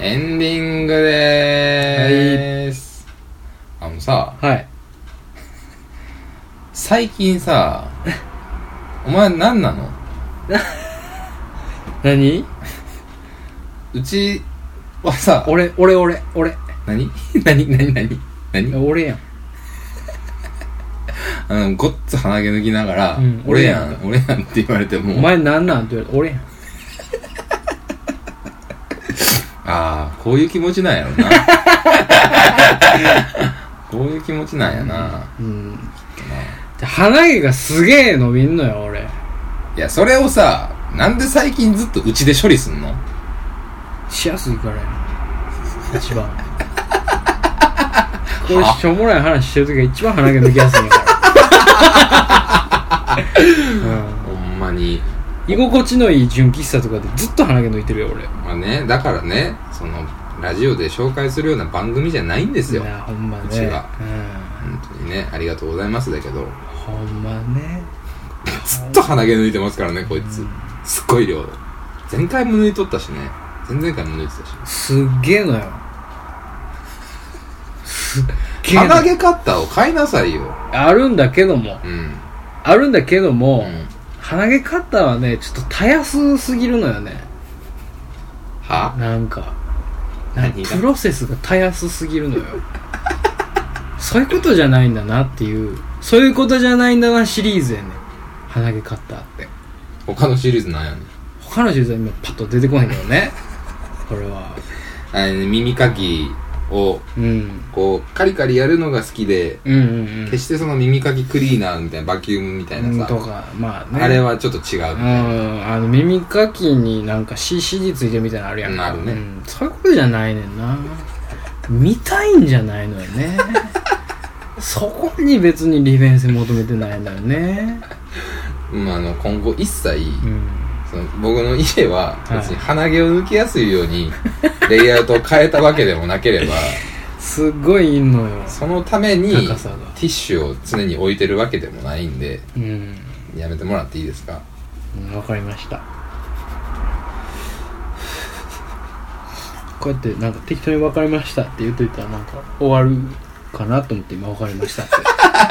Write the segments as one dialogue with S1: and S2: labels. S1: エンディングでーす、あのさ
S2: はい。
S1: 最近 さお前何なの
S2: 何
S1: うちはさ
S2: 俺、俺、俺、俺。
S1: 何 何何何何
S2: 俺やん。
S1: あのごっつ鼻毛抜きながら、
S2: うん
S1: 俺やん俺やんって言われても
S2: お前なんなんって言われて、俺やん。
S1: ああこういう気持ちなんやろ なこういう気持ちなんやな、
S2: うん。で鼻毛がすげえ伸びんのよ、俺。
S1: いやそれをさなんで最近ずっとうちで処理すんの
S2: しやすいからやん。一番。これ、しょうもない話してるときが一番鼻毛抜きやすいんやから。 うん
S1: ほんまに
S2: 居心地のいい純喫茶とかでずっと鼻毛抜いてるよ、俺。
S1: まあね、だからね、その、ラジオで紹介するような番組じゃないんですよ
S2: い。や、ほんまね。
S1: うちは
S2: うん。
S1: 本当にね、ありがとうございますだけど、
S2: ほんまね。
S1: ずっと鼻毛抜いてますからね、こいつ。すっごい量。前回も抜いとったしね。前々回も抜いてたし。
S2: すっげえのよ。すっげえの
S1: 鼻毛カッターを買いなさいよ。
S2: あるんだけども、
S1: うん。
S2: あるんだけども、
S1: うん
S2: 鼻毛カッターはね、ちょっとたやすすぎるのよね。
S1: は
S2: なんか、
S1: 何が
S2: プロセスがたやすすぎるのよ。そういうことじゃないんだなっていう、そういうことじゃないんだなシリーズやね。鼻毛カッターって。
S1: 他のシリーズなんやねん。
S2: 他のシリーズは今パッと出てこないけどね。これは。
S1: あのね耳かきを、
S2: うん。
S1: こう、カリカリやるのが好きで、
S2: うんうんうん。
S1: 決してその耳かきクリーナーみたいな、バキュームみたい
S2: うん
S1: な
S2: と
S1: さ、
S2: か、まあね。
S1: あれはちょっと違う
S2: う。ん、あの耳かきになんか CCD ついてるみたいなのあるやんか
S1: なるね
S2: うん、そういうことじゃないねんな見たいんじゃないのよね そこに別に利便性求めてないんだよね
S1: うん、あの、今後一切、
S2: うん
S1: その僕の家は
S2: はい
S1: 別に鼻毛を抜きやすいよう にレイアウトを変えたわけでもなければ
S2: すっごいいいのよ
S1: そのためにティ
S2: 高さが
S1: ッシュを常に置いてるわけでもないんで
S2: うん
S1: やめてもらっていいです か
S2: うんわかりましたこうやってなんか適当に「分かりました」って言っといたらなんか終わるかなと思って今「分かりました」って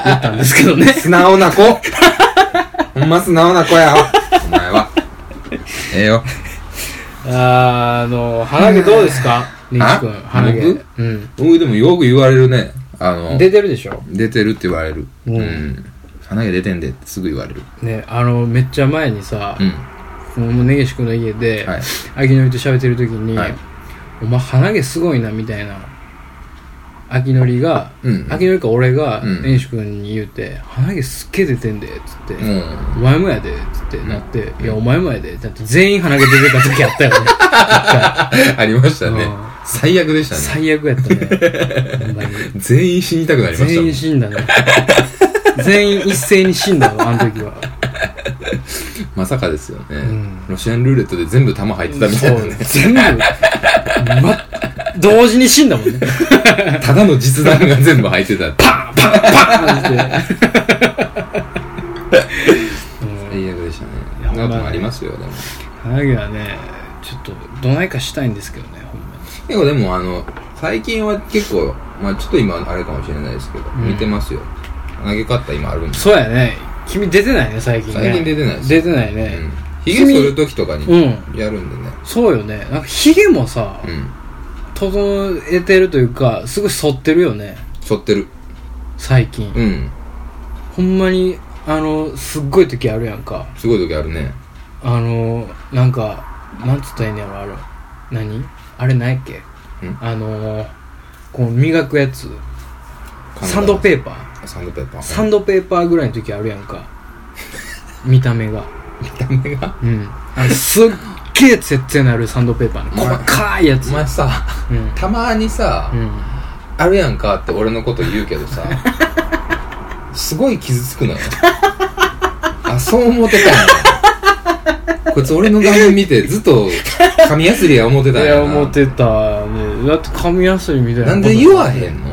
S2: 言ったんですけどね
S1: 素直 な子ほんま素直な子やお前はええよ
S2: あーあの、鼻毛どうですかリンチ君、
S1: あ
S2: 鼻毛。
S1: 僕
S2: うん。
S1: 僕でもよく言われるねあの
S2: 出てるでしょ
S1: 出てるって言われる
S2: うん
S1: 鼻毛出てんでってすぐ言われる
S2: ね、あの、めっちゃ前にさ
S1: う、ん
S2: もう根岸君の家で、
S1: はい
S2: 秋のりと喋ってる時に、
S1: はい
S2: お前鼻毛すごいな、みたいな。秋のりが、
S1: うん
S2: 秋のりか俺が、
S1: うん
S2: 根岸君に言うて、鼻毛すっげえ出てんで、つって。
S1: うん
S2: お前もやで、つってなって、いや、お前もやで、だって全員鼻毛出てた時あったよ ね。
S1: ありましたね
S2: うん
S1: 最悪でしたね
S2: 最悪やっ たね。ほんまに。
S1: 全員死にたくなりましたも
S2: 全
S1: ん
S2: 員死んだね 全員一斉に死んだわあの時は
S1: まさかですよね、
S2: ん
S1: ロシアンルーレットで全部弾入ってたみたいなね
S2: 全部、ま、同時に死んだもんね
S1: ただの実弾が全部入 ってたって最悪でしたね
S2: いや
S1: そんなこと
S2: ほんま
S1: も
S2: ね
S1: ありますよでも
S2: 花毛はねちょっとどないかしたいんですけどねほんまに
S1: 結構でもあの最近は結構まあちょっと今あれかもしれないですけど、
S2: ん
S1: 見てますよ投げ方今あるんです
S2: そうやね君出てないね最近ね
S1: 最近出てないです
S2: 出てないね
S1: うんひげ剃る時とかに
S2: うん、
S1: やるんでね
S2: そうよねなんかヒゲもさ、
S1: うん
S2: 整えてるというかすごい反ってるよね
S1: 剃ってる
S2: 最近、
S1: うん
S2: ほんまにあのすっごい時あるやんか
S1: すごい時あるね
S2: あのー、なんか、なんつったらいいんやろ、あれ。何あれ何やっけあのー、こう磨くやつ。サンドペーパー。
S1: サンドペーパー
S2: サンドペーパーぐらいの時あるやんか。 見た目が。
S1: ダメが
S2: うん。あの、すっげえつやつやなるサンドペーパーね。
S1: お前
S2: 細かいや
S1: お
S2: つ。
S1: 前さ
S2: うん。
S1: たまにさ、
S2: うん。
S1: あるやんかって俺のこと言うけど さすごい傷つくのよあそう思ってたんやこいつ俺の画面見てずっと紙やすりや思って
S2: い
S1: たんや
S2: や、
S1: な
S2: 思ってたね。だって紙やすいみたいな。
S1: なんで言わへんの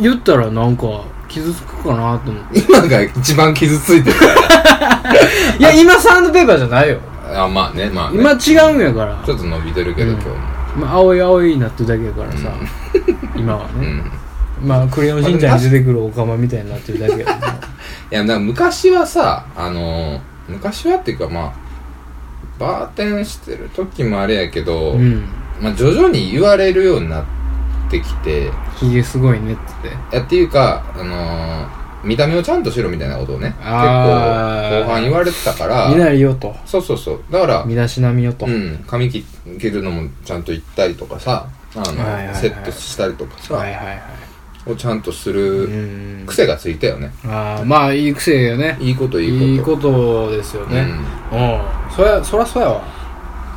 S2: 言ったらなんか、傷つくかなと思って。
S1: 今が一番傷ついてるか
S2: いや、今サンドペーパーじゃないよ。
S1: らあまあねまあね
S2: 今違うんやから。
S1: ちょっと伸びてるけど、
S2: うん
S1: 今日も
S2: まあ青い青いになってるだけやからさ、今は
S1: う
S2: ね、
S1: ん
S2: まあクレヨンしんちゃんに出てくるおかまみたいになってるだけやけど
S1: いや、なんか昔はさ、あのー昔はっていうかまあ、バーテンしてる時もあれやけど、
S2: うん
S1: まあ徐々に言われるようになってきて、い
S2: ひげすごいねって言って
S1: やっていうか、あのー見た目をちゃんとしろみたいなことをね、結構後
S2: あー
S1: 半言われてたか
S2: 見
S1: ら、
S2: ないよと
S1: そうそうそう。だから、
S2: 身だしなみよと、
S1: うん、髪切るのもちゃんと行ったりとかさ、あの、
S2: はいはいはい
S1: セットしたりとかさ、
S2: はいはいはい
S1: をちゃんとす
S2: う
S1: る
S2: ん
S1: 癖がついたよね。
S2: あーまあいい癖よね
S1: いいこといいこと。
S2: いいことですよ
S1: うん
S2: ね、うん、そりゃそりゃそうやわ、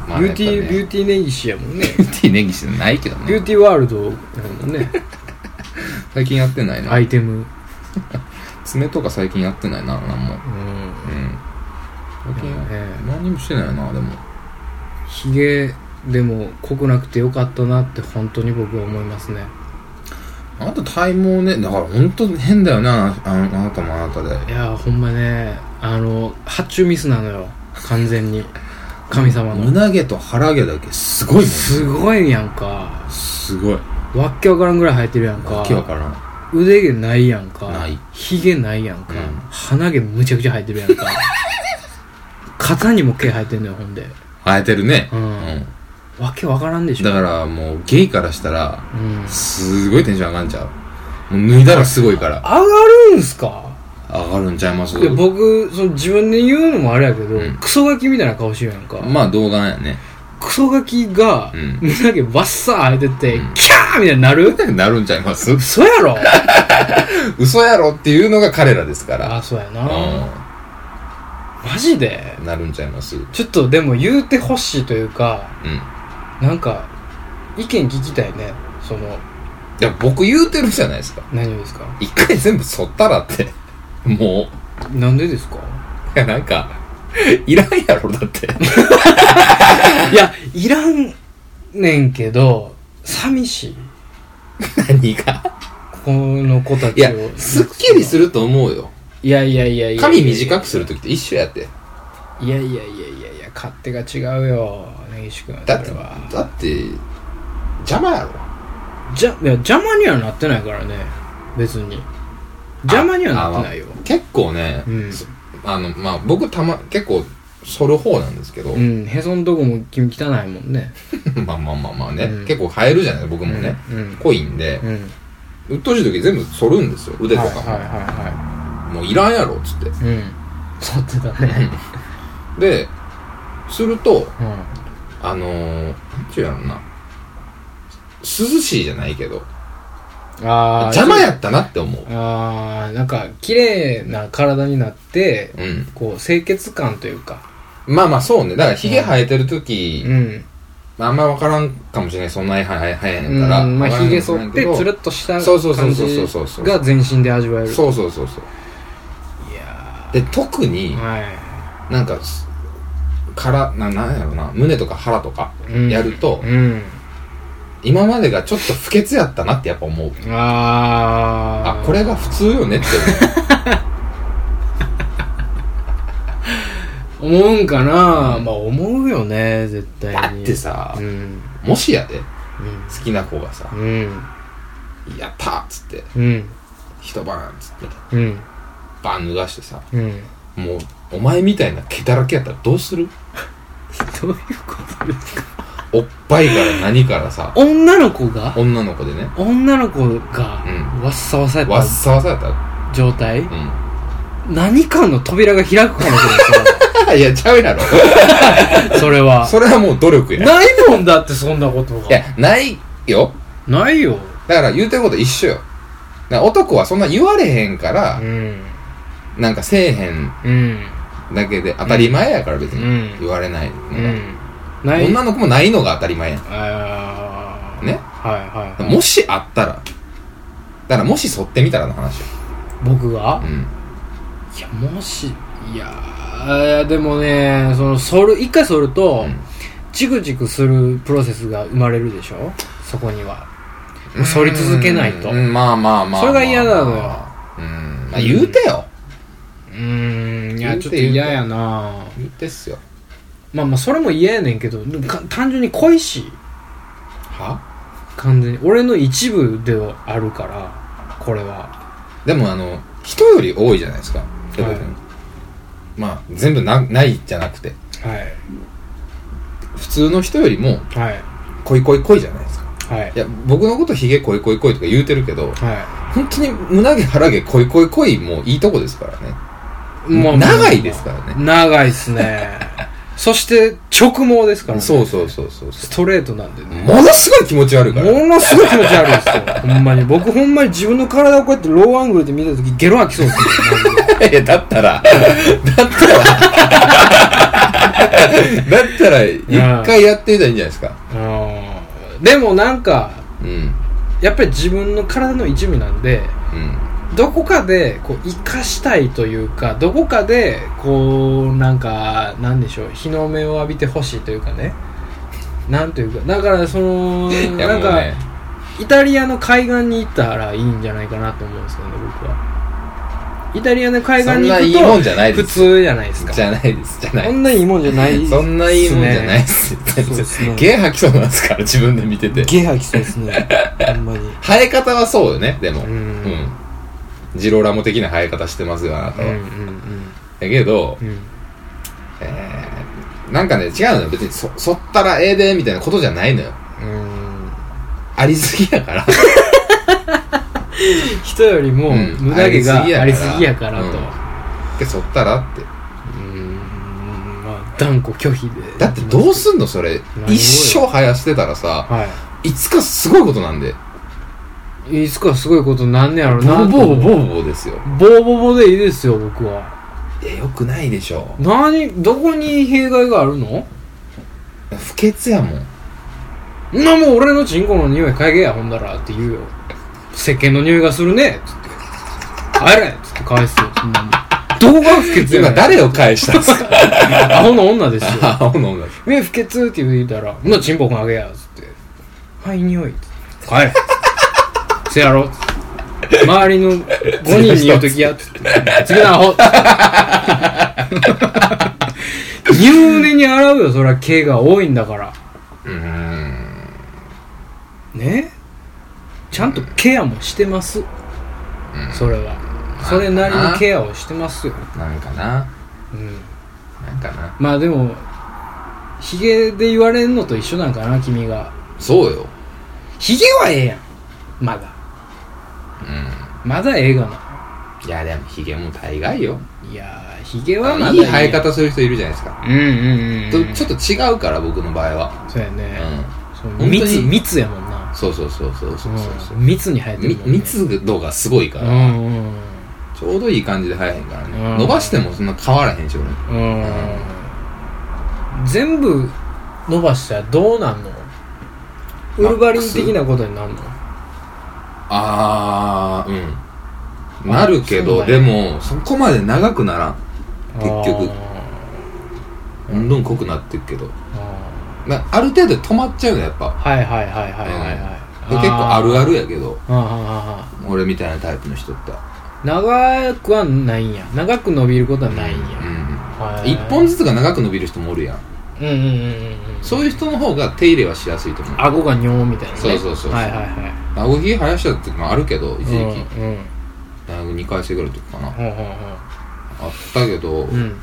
S1: まあ
S2: ビューティー、
S1: やっぱね
S2: ビューティーネギシやもんね
S1: ビューティーネギしてないけど
S2: ビュ
S1: ね
S2: ー。ティーワールドやもんね
S1: 最近やってないな
S2: ア。イテム
S1: 爪とか最近やってないな、なんも。う
S2: うん
S1: ん。最近や、
S2: ね
S1: 何にもしてないよな、でも。
S2: ひげでも濃くなくてよかったなって本当に僕は思いますね
S1: あなた体毛ね、だから本当変だよな、ああなたもあなたで。
S2: いやーほんまねあの発注ミスなのよ完全に神様の
S1: 胸毛と腹毛だけすごいもんね。
S2: すごいやんか
S1: すごい。
S2: わっけわからんぐらい生えてるやんか
S1: わけわからん。
S2: 腕毛ないやんか
S1: ない
S2: ひげないやんか、
S1: うん
S2: 鼻毛むちゃくちゃ生えてるや んか肩にも毛生えてんのよほんで
S1: 生えてるね。
S2: うんわけわからんでしょ
S1: だからもうゲイからしたら、
S2: うん
S1: すごいテンション上がんちゃう。もう脱いだらすごいから。
S2: 上がるんすか
S1: 上がるんちゃいます
S2: いや僕その自分で言うのもあれやけど、
S1: うん
S2: クソガキみたいな顔してるやんか、
S1: まあ動画やね。
S2: クソガキが
S1: うん
S2: 胸毛バッサー生えてて、
S1: うん
S2: キャーみたいになる
S1: なるんちゃいます
S2: 嘘や ろ
S1: 嘘やろっていうのが彼らですか
S2: あ
S1: ら。
S2: あそうやな、
S1: う
S2: マジで
S1: ん。なるんちゃいます。うん。
S2: ちょっとでも言うてほしいというかなんか意見聞きたいねその
S1: いや、僕言うてるじゃないですか。
S2: 何をですか
S1: 一回全部剃ったらって。もう。
S2: なん でですか
S1: いや、なんか、いらんやろ、だ って。
S2: いやいらんねんけど寂しい
S1: 何が。
S2: この子た
S1: い
S2: ち
S1: や
S2: を、
S1: すっきりすると思うよ。
S2: いやいやいやいや
S1: 髪短くするときって一緒やって。
S2: いやいやいやいやいや勝手が違うよ根岸君
S1: だって、
S2: それは
S1: だって、邪魔やろ。
S2: じゃいや邪魔にはなってないからね別に邪魔にはなってないよ
S1: 結構ね、
S2: うん
S1: そあのまあ僕たま結構剃る方なんですけど、
S2: うんへそんとこも君汚いもんね
S1: まあまあまあまあね、
S2: うん
S1: 結構生えるじゃない僕もね、
S2: うん
S1: 濃いんで、
S2: うん
S1: うっとうしい時全部剃るんですよ腕と
S2: はい
S1: か
S2: はい
S1: も、
S2: は
S1: もういらんやろっ つって
S2: いはいうん剃ってたね
S1: ですると
S2: うん
S1: あのー、なんていうやろな涼しいじゃないけど
S2: あー
S1: 邪魔やったなって思う
S2: あーなんか綺麗な体になって
S1: うん
S2: こう清潔感というか
S1: まあまあそうねだからヒゲ生えてる時、
S2: うん
S1: まああんま分からんかもしれないそんなに生え生えへ
S2: うん
S1: から、
S2: んまあ
S1: わから
S2: ひ
S1: ん
S2: げ
S1: かも
S2: 剃
S1: しれん
S2: っ
S1: け
S2: て
S1: ど
S2: つるっとした
S1: そうそうそ
S2: 感
S1: う
S2: じ
S1: そうそうそうそう
S2: が全身で味わえる
S1: そうそうそうそう
S2: いや
S1: で特に
S2: ーは
S1: なんかすからななんやろな胸とか腹とか
S2: いうん
S1: やると、
S2: うん
S1: 今までがちょっと不潔やったなってやっぱ思う
S2: あ
S1: あ
S2: あ
S1: これが普通よねって
S2: 思うんかな、まあ思うよね絶対
S1: 思うだ
S2: に
S1: ってさ
S2: う、ん
S1: もしやで好
S2: うん
S1: きな子がさ
S2: うん
S1: 「やった!」っつって
S2: うん
S1: 一晩っつって
S2: うん
S1: バン脱がしてさ
S2: うん
S1: もうお前みたいな毛だらけやったらどうする
S2: どういうことですか
S1: おっぱいから何からさ
S2: 女の子が
S1: 女の子でね
S2: 女の子が、
S1: うん
S2: わっさわさやっ
S1: わったさわさやったら
S2: 状態
S1: うん
S2: 何かの扉が開くかもしれない
S1: やちゃうや ろ
S2: いそれは
S1: それはもう努力や
S2: ないもんだってそんなこと
S1: い
S2: が
S1: やないよ
S2: ないよ
S1: だから言うてること一緒よ。だから男はそんな言われへんから、
S2: うん
S1: なんかせえへん
S2: うん
S1: だけで当たり前やから別に、
S2: うん
S1: 言われないのが、
S2: うんない
S1: 女の子もないのが当たり前やん。
S2: あー
S1: ね
S2: はいはいはい
S1: もしあったら、だからもし剃ってみたらの話よ。
S2: 僕が、
S1: うん。
S2: いやもしいやーでもねその剃る一回剃ると、
S1: うん
S2: チクチクするプロセスが生まれるでしょそこにはもう剃り続けないと
S1: うん
S2: う
S1: うんまあまあまあまあ。
S2: それが嫌なのよ
S1: うん。まあ言うてよ。
S2: ーんいや
S1: 言う
S2: ちょ
S1: て
S2: っと嫌やな
S1: 言うてっすよ。
S2: まあまあそれも嫌やねんけどか単純に恋しい完全に俺の一部ではあるからこれは
S1: でもあの人より多いじゃないですか、ペコペコ
S2: はい
S1: まあ全部なないじゃなくて
S2: はい
S1: 普通の人よりも
S2: はい
S1: 恋恋恋じゃないですか
S2: はい
S1: いや僕のことヒゲ恋恋恋とか言うてるけど
S2: は
S1: 本当に胸毛腹毛恋恋恋もいいとこですからね
S2: いもう
S1: 長いですからね
S2: 長いっすねそして直毛ですからね
S1: そうそうそうそうそ
S2: ストレートなんで
S1: う
S2: ね
S1: ものすごい気持ち悪いから
S2: ものすごい気持ち悪いですよほんまに僕ほんまに自分の体をこうやってローアングルで見た時ゲロ吐きそうですよ
S1: いやだったらだったらだったら一回やってみたらいいんじゃないですか
S2: うんでもなんか
S1: うん
S2: やっぱり自分の体の一部なんで
S1: うん
S2: どこかでこう生かしたいというかどこかでこうなんかなんでしょう日の目を浴びてほしいというかねなんというかだからその
S1: いや
S2: な
S1: も
S2: ん
S1: う
S2: か、
S1: ね
S2: イタリアの海岸に行ったらいいんじゃないかなと思うんですよね僕はイタリアの海岸
S1: そん
S2: に
S1: ないい
S2: 行
S1: も
S2: く
S1: んじゃない
S2: と
S1: で
S2: 普
S1: す
S2: 通じゃないですか
S1: じゃないですじゃない
S2: そんないいもんじゃない
S1: そんないいもんじゃないっす
S2: そうですね
S1: ゲー吐きそうなんですから自分で見てて
S2: ゲハきそうですねほんまに
S1: 生え方はそうよねでも
S2: う
S1: うんんジローラモ的な生え方してますよあなた
S2: うんう
S1: は
S2: ん
S1: だけど
S2: うんうん
S1: えーなんかね違うのよ別にそ剃ったらええでみたいなことじゃないのよ
S2: うん
S1: ありすぎやから
S2: 人よりも
S1: うん
S2: 胸毛があ
S1: あ
S2: り
S1: り
S2: す
S1: す
S2: ぎ
S1: ぎ
S2: や
S1: や
S2: か
S1: からら
S2: と
S1: で剃ったらって
S2: うんまあ断固拒否で
S1: だってどうすんのそれ
S2: 何をよ
S1: 一生生やしてたらさ
S2: はい
S1: つかすごいことなんで
S2: いいつかすごいことなんねやろ
S1: ボー
S2: な
S1: ボーボーボ
S2: ボ
S1: ーボーですよ
S2: ーボーボーでいいですよ僕はい
S1: やよくないでしょ
S2: 何どこに弊害があるの
S1: 不潔やもん
S2: んなもう俺のチンコの匂い嗅げやほんだらって言うよ石鹸の匂いがするねっつって帰れっつって返すよそんなもんどこが不潔や
S1: 今
S2: ねん
S1: 誰を返したん ですか
S2: アホの女ですよ
S1: あ青の女
S2: 目不潔って言うたら「なチンポコあげや」っつって「はい匂い」っつって帰れ」せやろ」っつって周りの5人に言うときや」っつって「次のア ホ」入念に洗うよそりゃ毛が多いんだから
S1: うーん
S2: ねちゃんとケアもしてますそれはそれなりのケアをしてますよ、
S1: なんかな
S2: うん、
S1: なんかな
S2: まあでもヒゲで言われんのと一緒なんかな君が
S1: そうよ
S2: ヒゲはええやんまだ
S1: う
S2: まだええがなん
S1: いやでもヒゲも大概よ
S2: いやーヒゲはまだ
S1: いい生え方する人いるじゃないですか
S2: うんうんうん
S1: と
S2: ょっ
S1: ちょっと違うから僕の場合は
S2: そうやね、
S1: う
S2: そう
S1: 本当に
S2: 密密やもんなん
S1: そうそうそうそうそうそうそう
S2: うん密に生えてる
S1: み
S2: もん、ね、
S1: 密度がすごいか
S2: う
S1: ら、
S2: んうん
S1: ちょうどいい感じで生えへんからね、
S2: うん
S1: 伸ばしてもそんな変わらへんし俺
S2: うん、全部伸ばしたらどうなんのウルヴァリン的なことになるの
S1: ああうんなるけ
S2: そう
S1: ど、
S2: だ
S1: で
S2: よ
S1: もそこまで長くならん結局どんどん濃くなってくけど
S2: あーあ
S1: なある程度止まっちゃうのやっぱ
S2: ーはいはいはいはいはい
S1: で
S2: はい
S1: 結構ある
S2: あ
S1: あるやけど
S2: ーあーあ
S1: 俺みたいなタイプの人って
S2: ー長くはないんや長く伸びることはないんや、
S1: う
S2: は
S1: ん、
S2: い
S1: 一本ずつが長く伸びる人もおるやん
S2: うんうんうんうんうん
S1: そういう人の方が手入れはしやすいと思う
S2: 顎が尿みたいなね
S1: そうそうそうそう
S2: はいはいはい
S1: 顎ひげ生やした時もあるけど一時期、
S2: うんうん
S1: 大学2回生ぐらいの時かな
S2: ほうほ
S1: あったけど、
S2: うほううん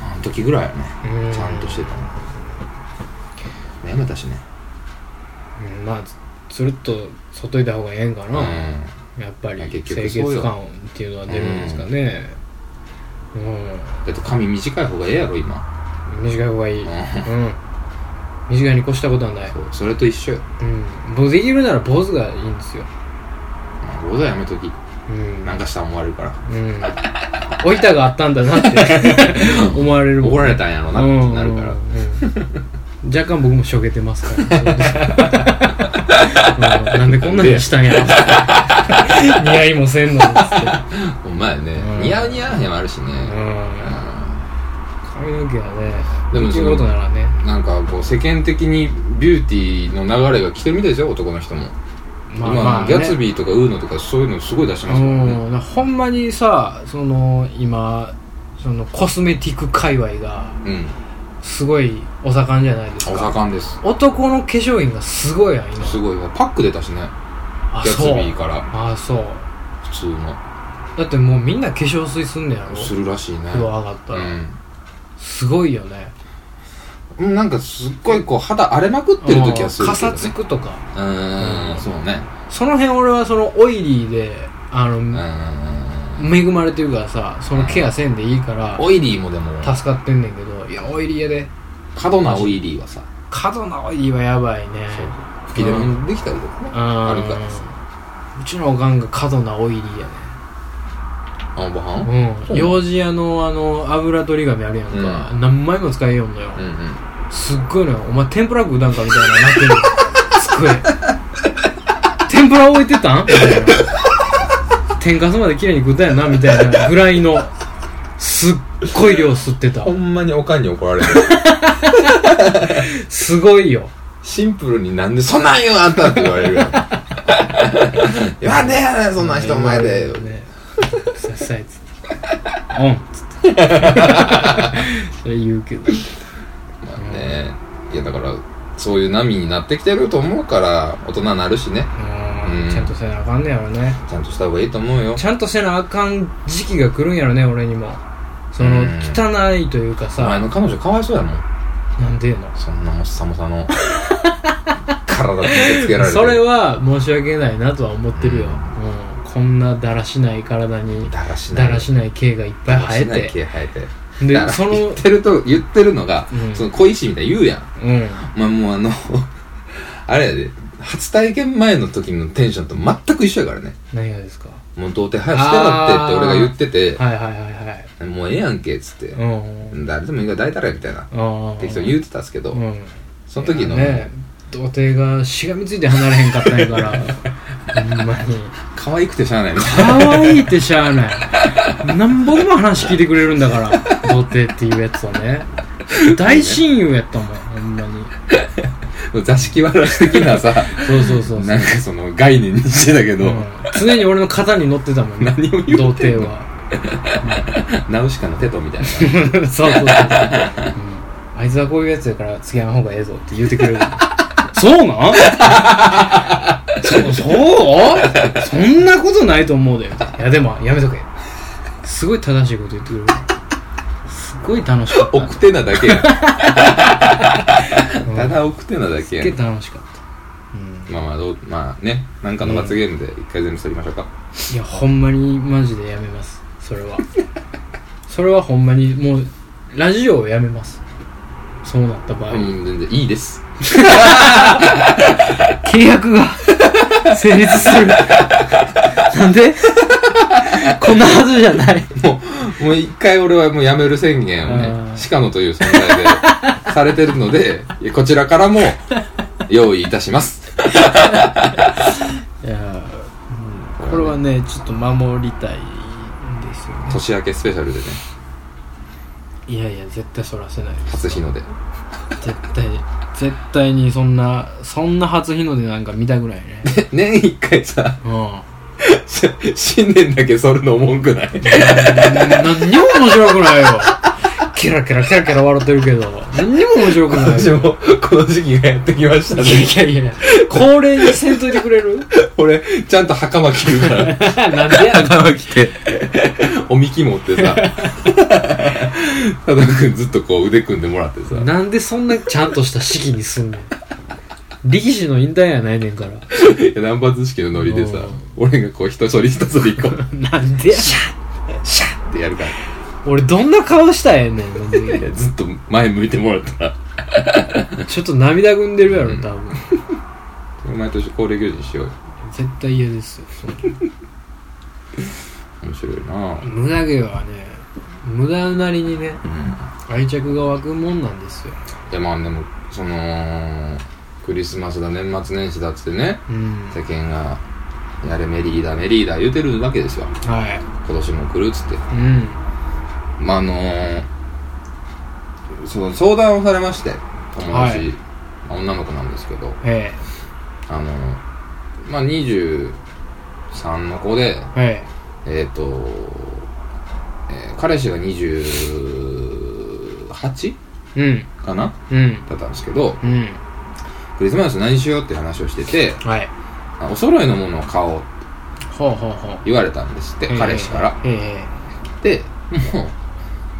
S1: あの時ぐらいやね
S2: うん
S1: ちゃんとしてたのやめたしね
S2: うんまあつるっと外いた方がええんか
S1: うん
S2: な、やっぱり
S1: いや
S2: 清
S1: 結局そうよ
S2: 潔感っていうのは出るんですかねうん、
S1: だって髪短い方がええやろ今
S2: 短い方がいい、うん
S1: ん、
S2: 短いに越したことはない
S1: そうそれと一緒よ
S2: うん僕できるなら坊主がいいんですよ
S1: 坊主はやめとき
S2: うん
S1: なんかしたら思われるから
S2: うん置いたがあったんだ なって思われるもん
S1: 怒られたんやろなってなるから
S2: うん若干僕もしょげてます から、うんなんでこんなにした んやろ似合いもせんのにっつって
S1: ほんまやね
S2: うん
S1: 似合う似合わへんもあるしね
S2: うん髪の毛はね
S1: でも
S2: そ
S1: そう
S2: いうことならね
S1: うんなんかこう世間的にビューティーの流れが来てるみたいですよ男の人も今ギャツビーとかウーノとかそういうのすごい出してますもんね
S2: うんなほんまにさその今そのコスメティック界隈が
S1: うん
S2: すごいお盛んじゃないです
S1: お
S2: か
S1: 盛んです
S2: 男の化粧品がすごいやん今
S1: すごいわパック出たしね
S2: あ
S1: ギャツビ
S2: そう
S1: ーから
S2: あそう
S1: 普通の
S2: だってもうみんな化粧水すんねやろ
S1: す
S2: 風
S1: るらしいね
S2: 呂上がったら、
S1: う
S2: すごいよね
S1: んなんかすっごいこう肌荒れまくってる時はする
S2: か
S1: けど
S2: さ
S1: ね
S2: つくとか
S1: うーんそうね
S2: その辺俺はそのオイリーであの、
S1: うーん
S2: 恵まれてるからさそのケアせんでいいから
S1: オイリーもでも
S2: 助かってんねんけどいやオイリーやで
S1: 過度なオイリーはさ
S2: 過度なオイリーはやばいね
S1: そう吹き出物できたりとかね
S2: あ
S1: あるからさ
S2: うちのおかんが過度なオイリーやね
S1: あご飯
S2: う
S1: そ
S2: ん
S1: う
S2: 幼児屋のあの油取り紙あるやんか、
S1: うん
S2: 何枚も使えよんのよ、
S1: うんうん
S2: すっごいのよお前天ぷら食うたんかみたいななってる机 天ぷら置いてたんみたいな天かすまで綺麗に食ったやなみたいなぐらいのすっごい量吸ってた
S1: ほんまにおかんに怒られる
S2: すごいよ
S1: シンプルになんでそんなん言うのあんたって言わ れるやん言わねえやねそんな人前で
S2: ねさっさいっつってオンっつってそれ言うけど
S1: まあねいやだからそういう波になってきてると思うから大人になるしね
S2: うん
S1: うん
S2: ちゃんとせなあかんねやろね
S1: ちゃんとした方がいいと思うよ
S2: ちゃんとせなあかん時期が来るんやろね俺にもその
S1: うん
S2: 汚いというか
S1: お前
S2: さ
S1: の彼女かわいそうやもん
S2: なんでよな
S1: そんなもっさもさの 体傷つけられて
S2: それは申し訳ないなとは思ってるよ、うんこんなだらしない体に
S1: だらしない
S2: だらしない毛がいっぱい生
S1: だらしない
S2: えて
S1: 毛生えてだか
S2: で
S1: ら
S2: そ
S1: 言っ
S2: の
S1: てると言ってるのが、
S2: うん
S1: その小石みたいに言うやん
S2: うん
S1: まあもうあの あれやで初体験前の時のテンションと全く一緒やからね
S2: 何がですか
S1: もう童貞早くしてなってって俺が言ってて
S2: はいはいはいはい
S1: もうええやんけっつって、
S2: うんうん
S1: 誰でもいいから抱いたらみたいな
S2: あー
S1: 適当に言ってたんですけど、
S2: うん
S1: その時の
S2: いやね童貞がしがみついて離れへんかったんやから ほんまに
S1: 可愛くてしゃあないみたいな
S2: 可愛いってしゃあない何本も話聞いてくれるんだから童貞っていうやつはね大親友やったもんほんまに
S1: 座敷わらし的なさ
S2: そうそう そうそう
S1: なんかその概念にしてたけど、
S2: うん常に俺の肩に乗ってたもんね
S1: 何を言
S2: 童
S1: うてん
S2: 貞
S1: の
S2: は
S1: ナウシカのテトみたいな
S2: そう そうそう、うんあいつはこういうやつやから付き合わん方がええぞって言うてくれるそう なんそそうそんなことないと思うでいやでもやめとけすごい正しいこと言ってくれるすごい楽しかった
S1: 奥手なだけやん
S2: うん
S1: ただ奥手なだけ
S2: す
S1: や
S2: っげえ
S1: ん
S2: 楽しかった、うん、
S1: まあまあどうまあねなんかの罰ゲームで一回全部剃りましょうか、
S2: いやほんまにマジでやめますそれは それはほんまにもうラジオをやめますそうなった場合、
S1: うん全然いいです
S2: 契約が 成立するなんでこんなはずじゃない
S1: もうもう一回俺はもうやめる宣言を
S2: あ
S1: ね
S2: ー
S1: 鹿野という存在で されてるのでこちらからも用意いたします
S2: いや、これはねちょっと守りたいんですよね
S1: 年明けスペシャルでね
S2: いやいや絶対そらせないです
S1: 初日の出
S2: 絶対絶対にそんなそんな初日の出なんか見たぐらい ね
S1: 年一回さ
S2: うん
S1: し新年だけ剃るの文句ない
S2: 何にも面白くないよケラケラケラケラ笑ってるけど何にも面白くない
S1: 私
S2: よ
S1: もこの時期がやってきましたね
S2: いやいやいや恒例にせんといてくれる
S1: 俺ちゃんと袴着るから
S2: なんでやねん
S1: 頭着て、おみき持ってさ、ただくんずっとこう腕組んでもらってさ、
S2: なんでそんなちゃんとした式にすんの力士の引退やないねんから
S1: いや断髪式のノリでさ、俺がこう一そり一そりこう、
S2: なんで
S1: シャッシャッってやるから、
S2: 俺どんな顔したらええねんほんで
S1: いやずっと前向いてもらったら、
S2: ちょっと涙ぐんでるやろ多分
S1: 毎年恒例行事にしようよ。
S2: 絶対嫌ですよ
S1: 面白いなぁ。
S2: 無駄毛はね無駄なりにね
S1: うん。
S2: 愛着が湧くもんなんですよ
S1: いやまあでも、その、クリスマスだ年末年始だっつってね、
S2: うん
S1: 世間が、やれメリーだメリーだ言うてるわけですよ。
S2: はい
S1: 今年も来るっつって。
S2: うん
S1: まああのー、その相談をされまして友達、
S2: はい
S1: まあ女の子なんですけど
S2: え
S1: あのー、まあ23の子で
S2: ええ
S1: えっ、と、えー彼氏が 28?
S2: えうん
S1: かかな
S2: うん。
S1: だったんですけど、
S2: うん。
S1: クリスマス何しようって話をしてて、
S2: はい。
S1: あお揃いのものを買おうって
S2: ほうほうほう。
S1: 言われたんですって、彼氏から。。
S2: え
S1: で、
S2: え
S1: もう、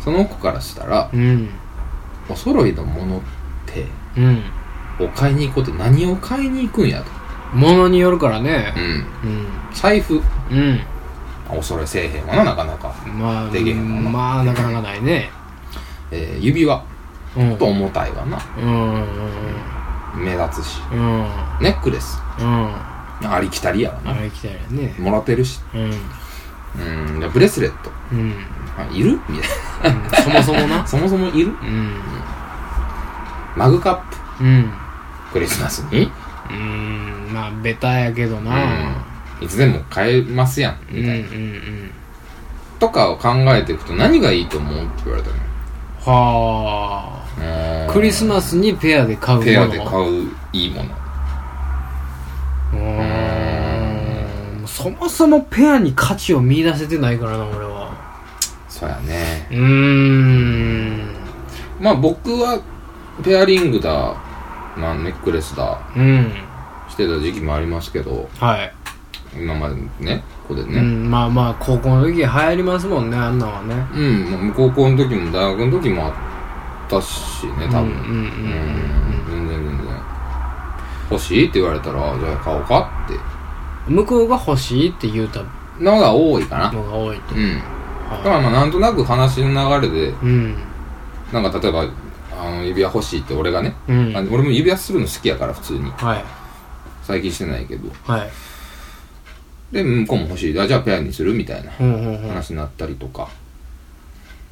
S1: その子からしたら、
S2: うん。
S1: お揃いのものって、
S2: うん。
S1: を買いに行こうって何を買いに行くんやと。
S2: ものによるからね
S1: う。ん。
S2: うん。
S1: 財布。
S2: うん。
S1: お揃いせえへんわな、なかなか。
S2: まあ、
S1: できへんもんな
S2: まあ、なかなかないね。
S1: えー指輪。
S2: うん。
S1: ちょっと重たいわな。
S2: うん。うん。
S1: 目立つし。
S2: うん。うん。
S1: ネックレス。
S2: うん。
S1: ありきたりやわ
S2: あ
S1: な。
S2: れ行きたいよね。
S1: もらってるし。
S2: うん。
S1: うん。でブレスレット。
S2: うん。
S1: あいるみたい
S2: うんそもそもな
S1: な。。そ もそもいる
S2: うん。
S1: マグカップ。
S2: うん。
S1: クリスマスに
S2: うん。まあ、ベタやけどな。
S1: いつでも買えますやん。
S2: う
S1: み
S2: ん。うん。
S1: た
S2: う
S1: いな。
S2: ん。
S1: とかを考えていくと何がいいと思うって言われたのよ
S2: は
S1: うー
S2: あ。
S1: ん。
S2: クリスマスにペアで買うもの。
S1: ペアで買ういいもの。
S2: うーんそもそもペアに価値を見出せてないからな俺は
S1: そうやね。
S2: うーん
S1: まあ僕は、ペアリングだ、まあネックレスだ、
S2: うん
S1: してた時期もありますけど、
S2: はい、
S1: 今までね、ここで
S2: う
S1: ね。
S2: ん、まあまあ高校の時流行りますもんねあんなんはね
S1: うん、もう高校の時も大学の時もあったしね、多分。う
S2: うんうん
S1: ん、全然全然。欲しいって言われたら、じゃあ買おうかっ
S2: うん向こうが欲しいって言うた
S1: て、のが多いかな。
S2: のが多いと、
S1: うん。だか
S2: は
S1: らまあなんとなく話の流れで、
S2: い、うん
S1: なんか例えば、あの、指輪欲しいって俺がね、
S2: うん
S1: あ
S2: はい
S1: 俺も指輪するの好きやから普通に。
S2: は
S1: 最近してないけど。
S2: い
S1: で、向こうも欲しい。あじゃあペアにするみたいな
S2: うんうんうん
S1: 話になったりとか。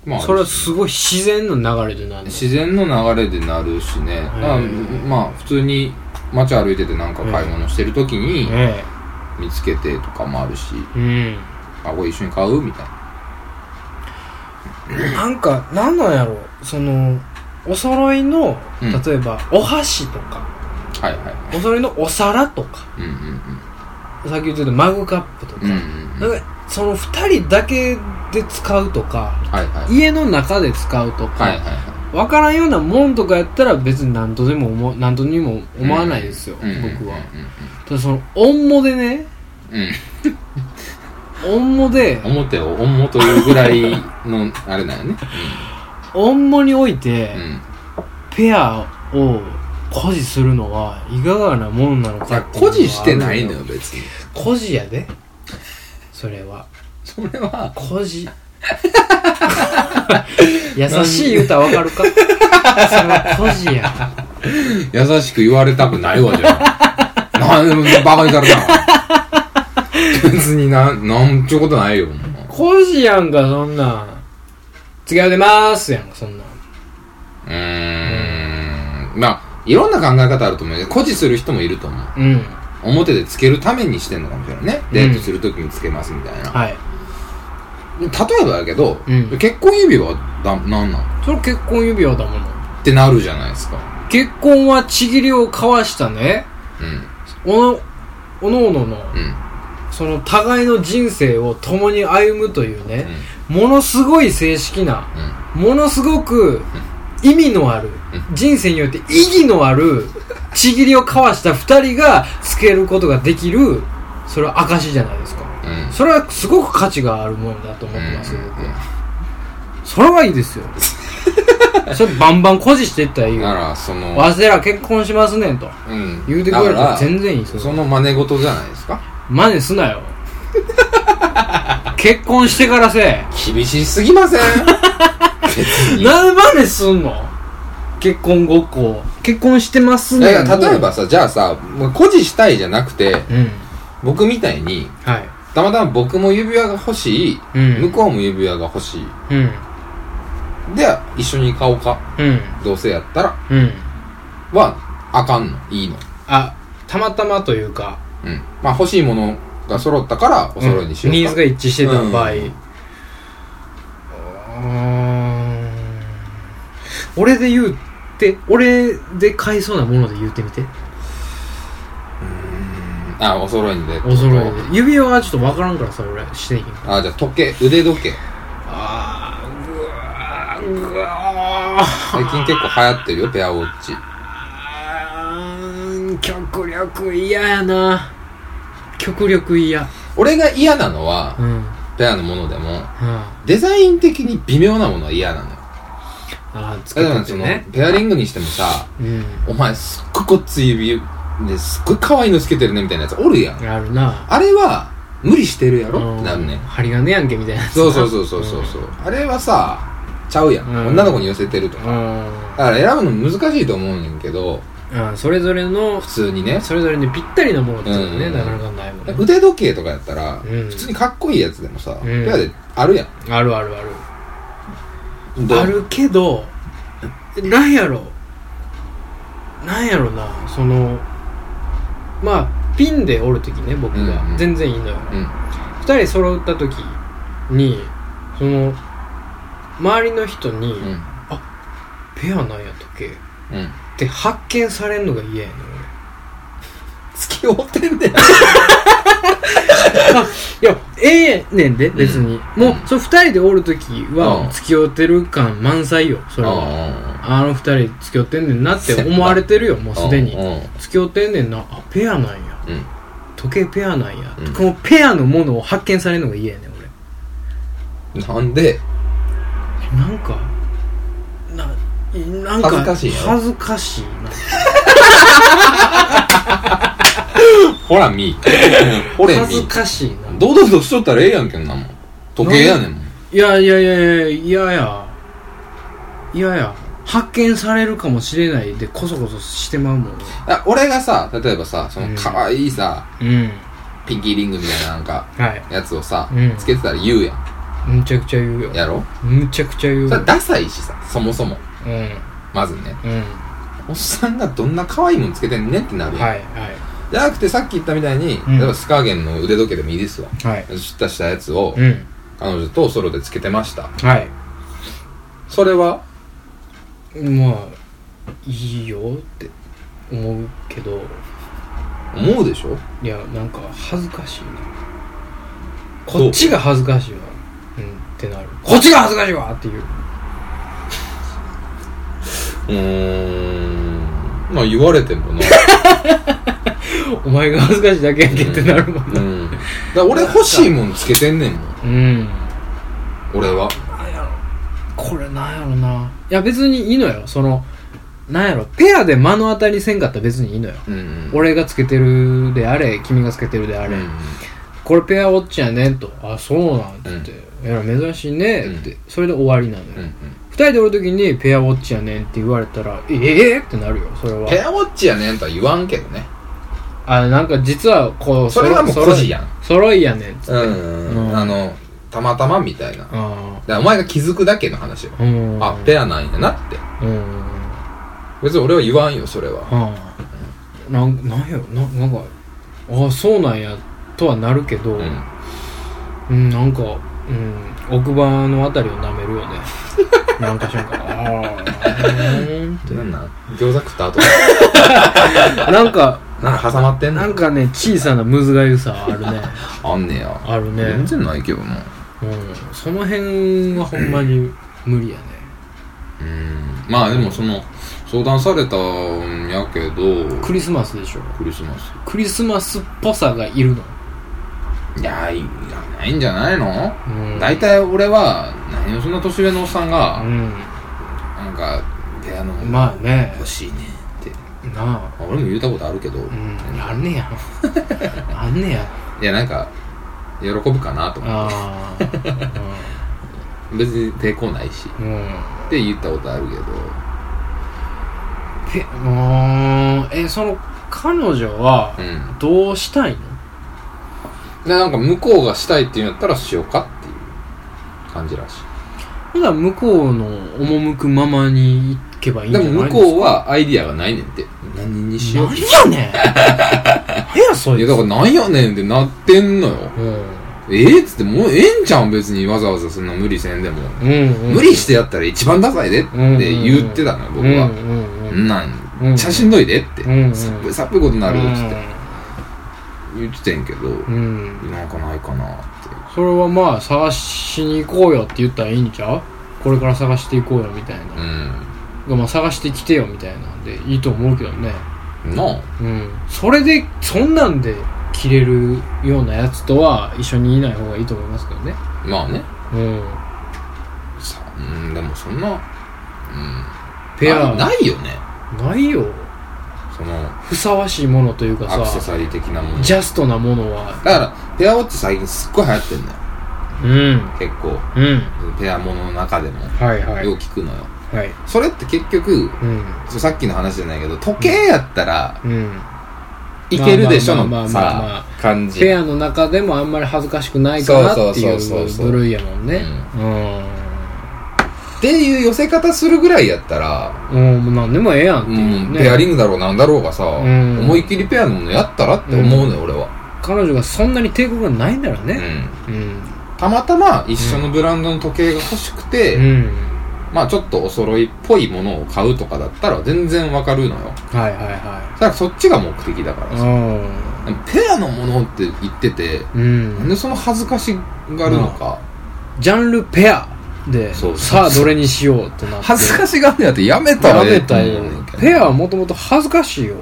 S1: まあ、
S2: それはすごい自然の流れでなんで
S1: 自然の流れでなるしね。だから
S2: うん
S1: まあ、普通に街歩いててなんか買い物してる時に
S2: え
S1: 見つけてとかもあるし、
S2: えうん
S1: あ、これ一緒に買うみたいな。
S2: なんかなんなんやろそのお揃いの
S1: うん
S2: 例えば、お箸とか
S1: はいはい。
S2: おそれのお皿とか
S1: うん
S2: さっき言ってたマグカップとか,、
S1: うんうん。うんうんうん。
S2: なんかその2人だけで使うとか
S1: はいはい。
S2: 家の中で使うとか、
S1: はいはいは
S2: 分からんようなもんとかやったら別に何とでも思何とにも
S1: い。
S2: 思わないですよ、僕は、
S1: う
S2: ただそのオンモで
S1: ん
S2: ね
S1: うんうん。うん
S2: オンモで
S1: 表を重というぐらいのあれなんよね
S2: オンモにおいて、
S1: うん、 うん、
S2: ペアを誇示するのはいかがなものなの
S1: いや
S2: かっていうのは
S1: 誇示してないのよ別に
S2: 誇示やでそれは
S1: それは
S2: こじ 優しい歌わかるかそれはこじや
S1: 優しく言われたくないわじゃあ なんでバカにされたの別になんなんちゅうことないよもう
S2: こじやんかそんなん次は出まーすやんかそんなん
S1: うーんまあいろんな考え方あると思うけど誇示する人もいると思う
S2: うん
S1: 表でつけるためにしてんのかもしれないねデートするときにつけますみたいな、
S2: はい
S1: 例えばだけど、
S2: うん
S1: 結婚指輪はだなんなん
S2: それ結婚指輪だもの
S1: ってなるじゃないですか
S2: 結婚はちぎりを交わしたね
S1: うん
S2: おのおのおのの
S1: うん
S2: その互いの人生を共に歩むというね
S1: う、ん
S2: ものすごい正式な
S1: うん
S2: ものすごく意味のある人生によって意義のあるちぎりを交わした二人がつけることができるそれは証じゃないですか
S1: うん
S2: それはすごく価値があるものだと思ってます
S1: うん
S2: 僕はそれはい いですよそれバンバン誇示していったらいい
S1: な
S2: よ
S1: らその
S2: わせら結婚しますねんと
S1: うん
S2: 言うてくれた
S1: だから
S2: 全然いいです
S1: そ
S2: よ
S1: の真似事じゃないですか
S2: 真似す なよ結婚してからせえ
S1: 厳しすぎません別に
S2: なんで真似すんの結婚ごっこ結婚してますね
S1: だから例えばさじゃあさもう誇示したいじゃなくて
S2: うん
S1: 僕みたいに
S2: はい
S1: たまたま僕も指輪が欲しい、
S2: うん
S1: 向こうも指輪が欲しい
S2: うん
S1: で一緒に買おうか
S2: うん
S1: どうせやったら
S2: うん
S1: はあかんのいいの
S2: あたまたまというか
S1: うんまあ欲しいものが揃ったからお揃いにしようか、
S2: ニーズが一致してた場合、う
S1: うん
S2: ーん俺で言うって俺で買いそうなもので言ってみて
S1: あお揃いにで
S2: お揃いで指輪はちょっとわからんからさ俺していい
S1: あじゃあ時計腕時計
S2: あーうわーうわは
S1: 最近結構流行ってるよペアウォッチ
S2: あ極力嫌やな極力嫌
S1: 俺が嫌なのは
S2: うんうん
S1: ペアのものでも
S2: あ
S1: デザイン的に微妙なものは嫌なのよ
S2: あ作
S1: だか
S2: っ
S1: ら
S2: て
S1: そ
S2: て
S1: の
S2: ね
S1: ペアリングにしてもさ
S2: うん
S1: お前すっごいこっち指ですっごい可愛いのつけてるねみたいなやつおるやん
S2: あるな
S1: あれは無理してるやろ
S2: う
S1: っ
S2: ん
S1: てなるね
S2: 針金やんけみたいなやつ
S1: そうそうそうそうそうそうあれはさちゃうやん、
S2: うん
S1: 女の子に寄せてると
S2: う
S1: か
S2: ん
S1: だから選ぶの難しいと思うねんけど
S2: うんそれぞれの
S1: 普通にね
S2: それぞれにぴったりなものっていうのね
S1: うん
S2: なかなかないもんね
S1: 腕時計とかやったら、
S2: うん
S1: 普通にかっこいいやつでもさ、
S2: ん
S1: ペアであるやん
S2: あるあるある
S1: どう
S2: あるけどなんやろなんやろなそのまあピンでおる時ね僕が、
S1: うんうん
S2: 全然いいのよ
S1: うん
S2: 二人揃った時にその周りの人に、
S1: うん
S2: ペアなんや時計っ
S1: うん
S2: て発見されんのが嫌やねん
S1: 付き合うてんねん
S2: 俺いやええねんで別に、
S1: うん
S2: もうその二人でおる時
S1: う
S2: は
S1: ん
S2: 付き合うてる感満載よそれは
S1: あ
S2: あの二人付き合うてんねんなって思われてるよもうすでに
S1: うんうん
S2: 付き合うてんねんなあペアなんや
S1: うん
S2: 時計ペアなんや、
S1: うん
S2: このペアのものを発見されるのが嫌やねん俺
S1: なんで
S2: なんかななんか
S1: 恥ずかしいやろ
S2: 恥ずかしいな
S1: ほら みほれみ
S2: 恥ずかしいな
S1: 堂々としとったらええやんけんなもん時計やねんもん
S2: いやいやいやいやいややいやや発見されるかもしれないでこそこそしてまうもん
S1: あ俺がさ例えばさその可愛いさ、
S2: うん
S1: ピンキーリングみたいななんか
S2: はい
S1: やつをさ、
S2: うん
S1: つけてたら言うやん
S2: むちゃくちゃ言うよ
S1: やろ
S2: むちゃくちゃ言う
S1: それは
S2: よ
S1: ダサいしさそもそも
S2: うん
S1: まずね
S2: うん
S1: おっさんがどんな可愛いもんつけてんねんってなるやん、
S2: はいは
S1: じゃなくてさっき言ったみたいに、
S2: ん
S1: 例えばスカーゲンの腕時計でもいいですわ
S2: いはい
S1: 出たしたやつを、
S2: うん
S1: 彼女とソロでつけてました
S2: はい
S1: それは
S2: まあいいよって思うけど
S1: 思うでしょ
S2: いやなんか恥ずかしいなこっちが恥ずかしいわうんってなるこっちが恥ずかしいわっていう
S1: うーんまあ言われて もな
S2: お前が恥ずかしいだけやんけってなるもん
S1: う
S2: な、
S1: んだから俺欲しいもんつけてんねんもん
S2: うん
S1: 俺は
S2: なんやろこれなんやろないや別にいいのよそのなんやろペアで目の当たりせんかったら別にいいのよ
S1: うん
S2: 俺がつけてるであれ君がつけてるであ
S1: あ
S2: れ、
S1: うん
S2: これペアウォッチやねんとあそうなんって言って、いや珍しいねって、それで終わりなのよ、
S1: うんうん
S2: 二人でおる時にペアウォッチやねんって言われたらええってなるよそれ
S1: ペ
S2: は
S1: アウォッチやねんとは言わんけどね
S2: あなんか実はこう
S1: それはもう
S2: 揃い
S1: 個人やん
S2: 揃いやねんっつって
S1: うん
S2: うん
S1: あのたまたまみたいなだか
S2: あ
S1: らお前が気づくだけの話よ
S2: あうん
S1: あペアなんやなって
S2: うん
S1: 別に俺は言わんよそれは
S2: はあ、なんなんやろななんかああそうなんやとはなるけど、
S1: う
S2: うんんなんか、うん、奥歯のあたりを舐めるよ ねなんかしらんかああうんって
S1: なんなん餃子食った後
S2: なんか
S1: なんか挟まってんの
S2: なんかね小さなむずがゆさあるね
S1: あんねや
S2: あるね、
S1: 全然ないけどな
S2: うん、その辺はほんまに無理やね
S1: うんまあでもその相談されたんやけど
S2: クリスマスでしょ
S1: クリスマス
S2: クリスマスっぽさがいるの、
S1: いやいらないんじゃないの
S2: うん、
S1: 大体俺は何をそんな年上のおっさんが
S2: うん
S1: なんか部屋の
S2: まあね
S1: 欲しいねって
S2: なあ
S1: 俺も言ったことあるけど
S2: うん、あん ねや。あんねや。
S1: いやなんか喜ぶかなと思っ
S2: ああ。
S1: て別に抵抗ないしっ
S2: うん。うん。
S1: て言ったことあるけど
S2: え、もう、え、その、彼女は
S1: う、ん
S2: どうしたいの
S1: でなんか向こうがしたいって言うんやったらしようかっていう感じらし
S2: ほな向こうの赴くままに行けばいい
S1: い
S2: んじ
S1: で
S2: ゃない
S1: も
S2: で
S1: 向
S2: すか
S1: こうはアイディアがないねんって何にしよう
S2: 何や ねん何やそ
S1: い
S2: い
S1: や
S2: つ。
S1: だからなんやねんってなってんのよ
S2: うん。
S1: ええっつってもうええんちゃうん別にわざわざそんな無理せんでも、
S2: うん、うん。
S1: 無理してやったら一番ダサいでって言ってたのよ僕は、
S2: うんうんうん。
S1: んなん、
S2: うんうん
S1: 写真どいでって、
S2: うんうん
S1: さっぱりさっぱりことになるっつって
S2: て。
S1: 言っててんけど、
S2: うん。
S1: なんかないかなって
S2: それはまあ、探しに行こうよって言ったらいいんちゃうこれから探していこうよみたいな、
S1: うん
S2: まあ、探してきてよみたいなんでいいと思うけどね
S1: な
S2: うんそれでそんなんで切れるようなやつとは一緒にいない方がいいと思いますけどね
S1: あまあね
S2: うん
S1: さうんでもそんなうん
S2: ペア
S1: あないよね
S2: ないよ
S1: その
S2: ふさわしいものというか
S1: アクセ
S2: さ
S1: サリー的なもの
S2: ジ
S1: だ
S2: ャストなものは
S1: からペアウォッチ最近すっごい流行ってんだよ
S2: うん
S1: 結構
S2: うん
S1: ペアものの中でも
S2: はいはい
S1: よう聞くのよ
S2: はい
S1: それって結局
S2: うん
S1: そうさっきの話じゃないけど時計やったら
S2: うん
S1: いけるでしょ
S2: まあ
S1: の
S2: まあまあまあまあ
S1: さ感じ
S2: ペアの中でもあんまり恥ずかしくないかなってい
S1: そうそうそう
S2: う
S1: そう
S2: 部類やもんね
S1: っていう寄せ方するぐらいやったら、
S2: うん、うん、もう何でもええやんって
S1: う、
S2: いうんね
S1: ペアリングだろうなんだろうがさ、
S2: ん
S1: 思いっきりペアのものやったらって思うのよ、俺は、
S2: 彼女がそんなに抵抗がないならねうん
S1: うん、たまたま一緒のブランドの時計が欲しくて、
S2: うん
S1: まあちょっとお揃いっぽいものを買うとかだったら全然わかるのよ
S2: はいはいは
S1: だからそっちが目的だから
S2: い
S1: さ、ペアのものって言ってて
S2: うん、
S1: な
S2: うんん
S1: で、その恥ずかしがるのか、
S2: ジャンルペアで
S1: そう
S2: さあどれにしようってなって
S1: 恥ずかしがるんやってやめた
S2: や
S1: らええ
S2: め
S1: と
S2: た
S1: 思う
S2: いよ
S1: ねんけど
S2: ペアはもともと恥ずかしいよ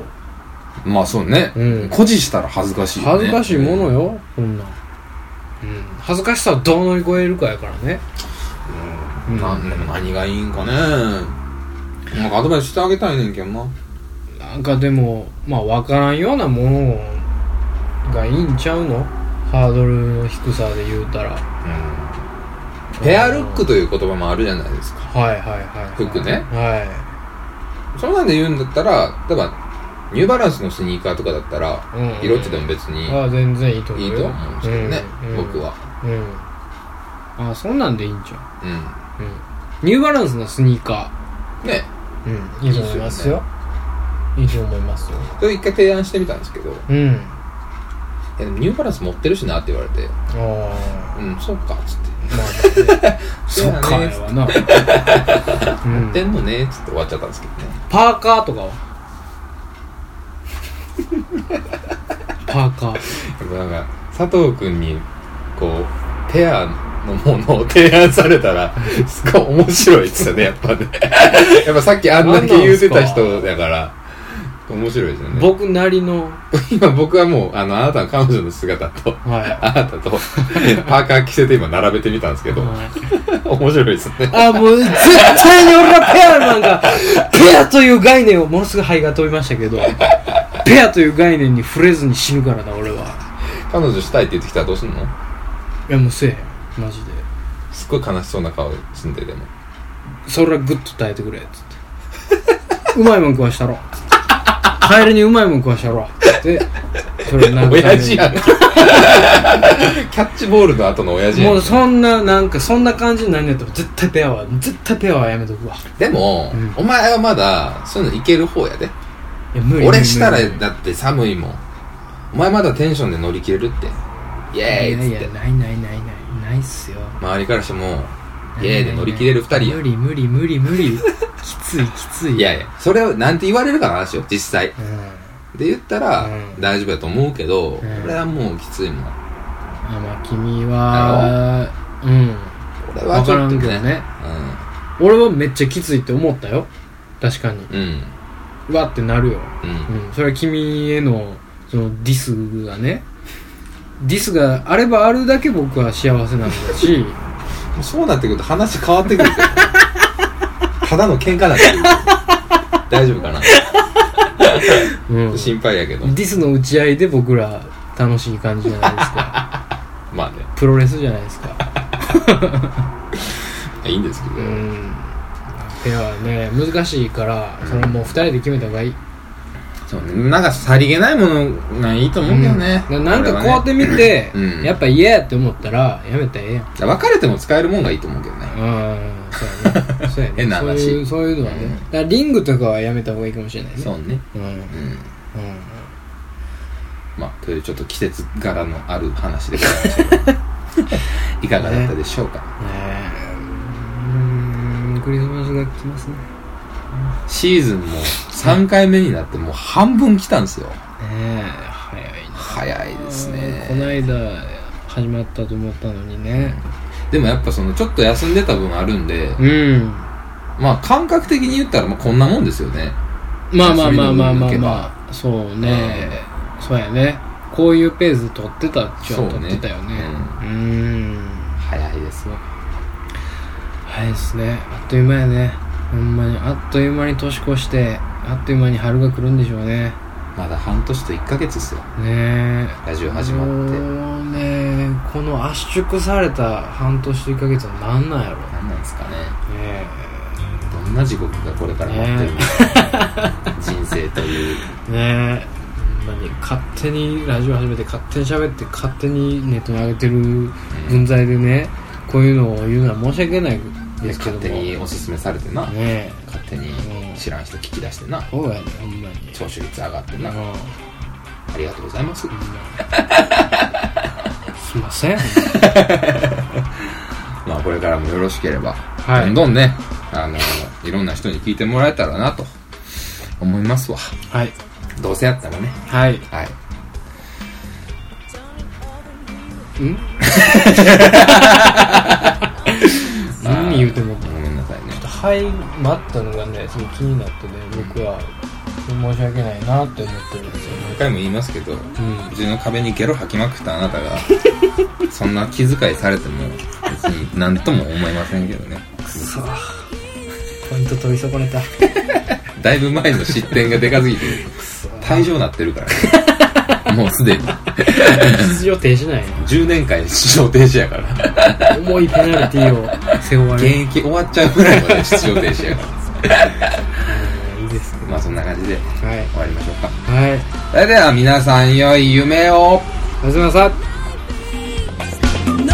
S1: まあそうね、
S2: うん
S1: 誇示したら恥ずかしいよ、ね、
S2: 恥ずかしいものよ、こんなん、うん、恥ずかしさをどう乗り越えるかやからね
S1: うん、なんでも何がいいんかねなんかアドバイスしてあげたいねんけどな
S2: なんかでもまあ分からんようなものがいいんちゃうのハードルの低さで言うたらは
S1: ペアルックという言葉もあるじゃないですか
S2: いはいはい、はい、
S1: 服ね
S2: は
S1: そんなんで言うんだったら例えばニューバランスのスニーカーとかだったら
S2: い、うん、
S1: 色っちでも別に
S2: ああ全然いいと思う
S1: いい
S2: よ
S1: と思うんですけどね、
S2: うん
S1: 僕は
S2: うん、うんああそんなんでいいんちゃ
S1: うん
S2: う、うん、ニューバランスのスニーカ
S1: ね
S2: ー、うん、いいと思いますよいいと思いますよ
S1: それ一回提案してみたんですけど
S2: うん
S1: 「えでもニューバランス持ってるしな」って言われて
S2: あ
S1: 「
S2: あ
S1: うんそうか」っつって
S2: まあま あね、そっかやわな、う
S1: 「持
S2: ん
S1: ってんのね」っつって終わっちゃったんですけどね
S2: パーカーとかはパーカー
S1: でもなんか佐藤君にこうペアのものを提案されたらすごい面白いっす よねやっぱね やっぱさっきあんだけ言うてた人だから面白いですよね
S2: 僕なりの、
S1: 今僕はもうあのあなたの彼女の姿と
S2: は
S1: あな たとパーカー着せて今並べてみたんですけ
S2: い
S1: ど
S2: はい
S1: 面白いですね
S2: あもう絶対に俺はペアなんかペアという概念をものすごい肺が飛びましたけどペアという概念に触れずに死ぬからな俺は
S1: 彼女したいって言ってきたらどうすんの
S2: いやもうせえへんマジです
S1: っごい悲しそうな顔してんででも
S2: それはグッと耐えてくれっつってうまいもん食わしたろカエルにうまいもん食わしたろつってそれなんかね
S1: 親父 やんキャッチボールの後の親父や
S2: も
S1: ん
S2: うそんななんかそんな感じになんねやったら絶対ペアは絶対ペアはやめとくわ
S1: でも、
S2: うん
S1: お前はまだそういうのいける方やで
S2: いや無理
S1: 俺したら
S2: 無理無理
S1: だって寒いもんお前まだテンションで乗り切れるってイ
S2: いや
S1: エーイっ
S2: い
S1: つっ
S2: や
S1: て
S2: ないないないないないっすよ
S1: 周りからしてもイエーイで乗り切れる二人や
S2: 無理無理無理無理きついきつ い
S1: いやいやそれをなんて言われるかの話よ実際
S2: うん
S1: で言ったら
S2: うん
S1: 大丈夫やと思うけど
S2: ん
S1: 俺はもうきついもん
S2: あまあ君はうん
S1: 俺はちょっと
S2: わからんけどね
S1: う
S2: 俺はめっちゃきついって思ったよ確かに
S1: んうん
S2: うわってなるよ
S1: うん
S2: うん、それは君へのそのディスがねディスがあればあるだけ僕は幸せなんだ し
S1: もうそうなってくると話変わってく るんですよただの喧嘩になってくる大丈夫かな
S2: うん、デ
S1: 心配やけど
S2: ィスの打ち合いで僕ら楽しい感じじゃないです か
S1: まあね
S2: プロレスじゃないですか
S1: いいんですけど
S2: うんペアはね難しいからそれはもう2人で決めた方がいい、
S1: そうねなんかさりげないものがいいと思うけどね、
S2: うんななんかこうやって見て、
S1: 俺はねうん
S2: やっぱ嫌やって思ったらやめたらええやん
S1: て別れても使えるもんがいいと思うけどね
S2: うんそうやねそうやね
S1: 変な話
S2: そういうそういうのはね、
S1: うん
S2: だからリングとかはやめた方がいいかもしれないね
S1: そうね
S2: うんうん
S1: うんまあというちょっと季節柄のある話でございました いかがだったでしょうか、
S2: うんクリスマスが来ますね
S1: シーズンも3回目になってもう半分来たんですよ
S2: ねえ早いな
S1: 早いです
S2: こ
S1: ね
S2: の間始まったと思ったのにね
S1: でもやっぱそのちょっと休んでた分あるんで、
S2: うん。
S1: まあ感覚的に言ったらまあこんなもんですよね
S2: まあまあまあまあ
S1: 休みの分
S2: ま
S1: 抜
S2: あ
S1: けば
S2: まあ。そうね。そうやね。こういうペースで撮ってたっちゃ撮ってたよね。うーん。
S1: 早いですわ
S2: 早いですね。あっという間やね。ほんまに、あっという間に年越して、あっという間に春が来るんでしょうね。
S1: まだ半年と1ヶ月ですよ
S2: ねえ。
S1: ラジオ始まって
S2: もうねこの圧縮された半年と1ヶ月は何なんやろね
S1: なんなんですかね
S2: え
S1: どんな地獄がこれから待ってるのか、人生という
S2: ねえほんまに勝手にラジオ始めて勝手に喋って勝手にネットに上げてる分際でねこういうのを言うのは申し訳ないですけど
S1: 勝
S2: も
S1: 手におすすめされてな、
S2: ねえ
S1: 勝手に知らん人聞き出してな
S2: そうやねほんまに
S1: 聴取率上がって
S2: うん
S1: な、ありがとうございます
S2: ほんますいません
S1: まあこれからもよろしければ、
S2: はい
S1: どんどんねあのいろんな人に聞いてもらえたらなと思いますわ
S2: はい
S1: どうせやったらね
S2: はい
S1: はい
S2: ん 何言うても
S1: ごめんなさいね
S2: はい待ったのがねすごい気になってね僕は申し訳ないなって思ってるんですよね
S1: 何回も言いますけど
S2: うん
S1: うちの壁にゲロ吐きまくったあなたがそんな気遣いされても別に何とも思いませんけどね
S2: そうポイント取り損ねたく
S1: だいぶ前の失点がでかすぎて
S2: そ
S1: 退場なってるからね もうすでに
S2: 出場停止ない
S1: 10年間出場停止やから
S2: な重いペナルティを背負わ
S1: 現
S2: れる
S1: 役終わっちゃうぐらいまで出場停止やから
S2: いいですね
S1: まあそんな感じで
S2: はい
S1: 終わりましょうか
S2: はい
S1: それでは皆さん良い夢を
S2: おやすみなさい
S3: No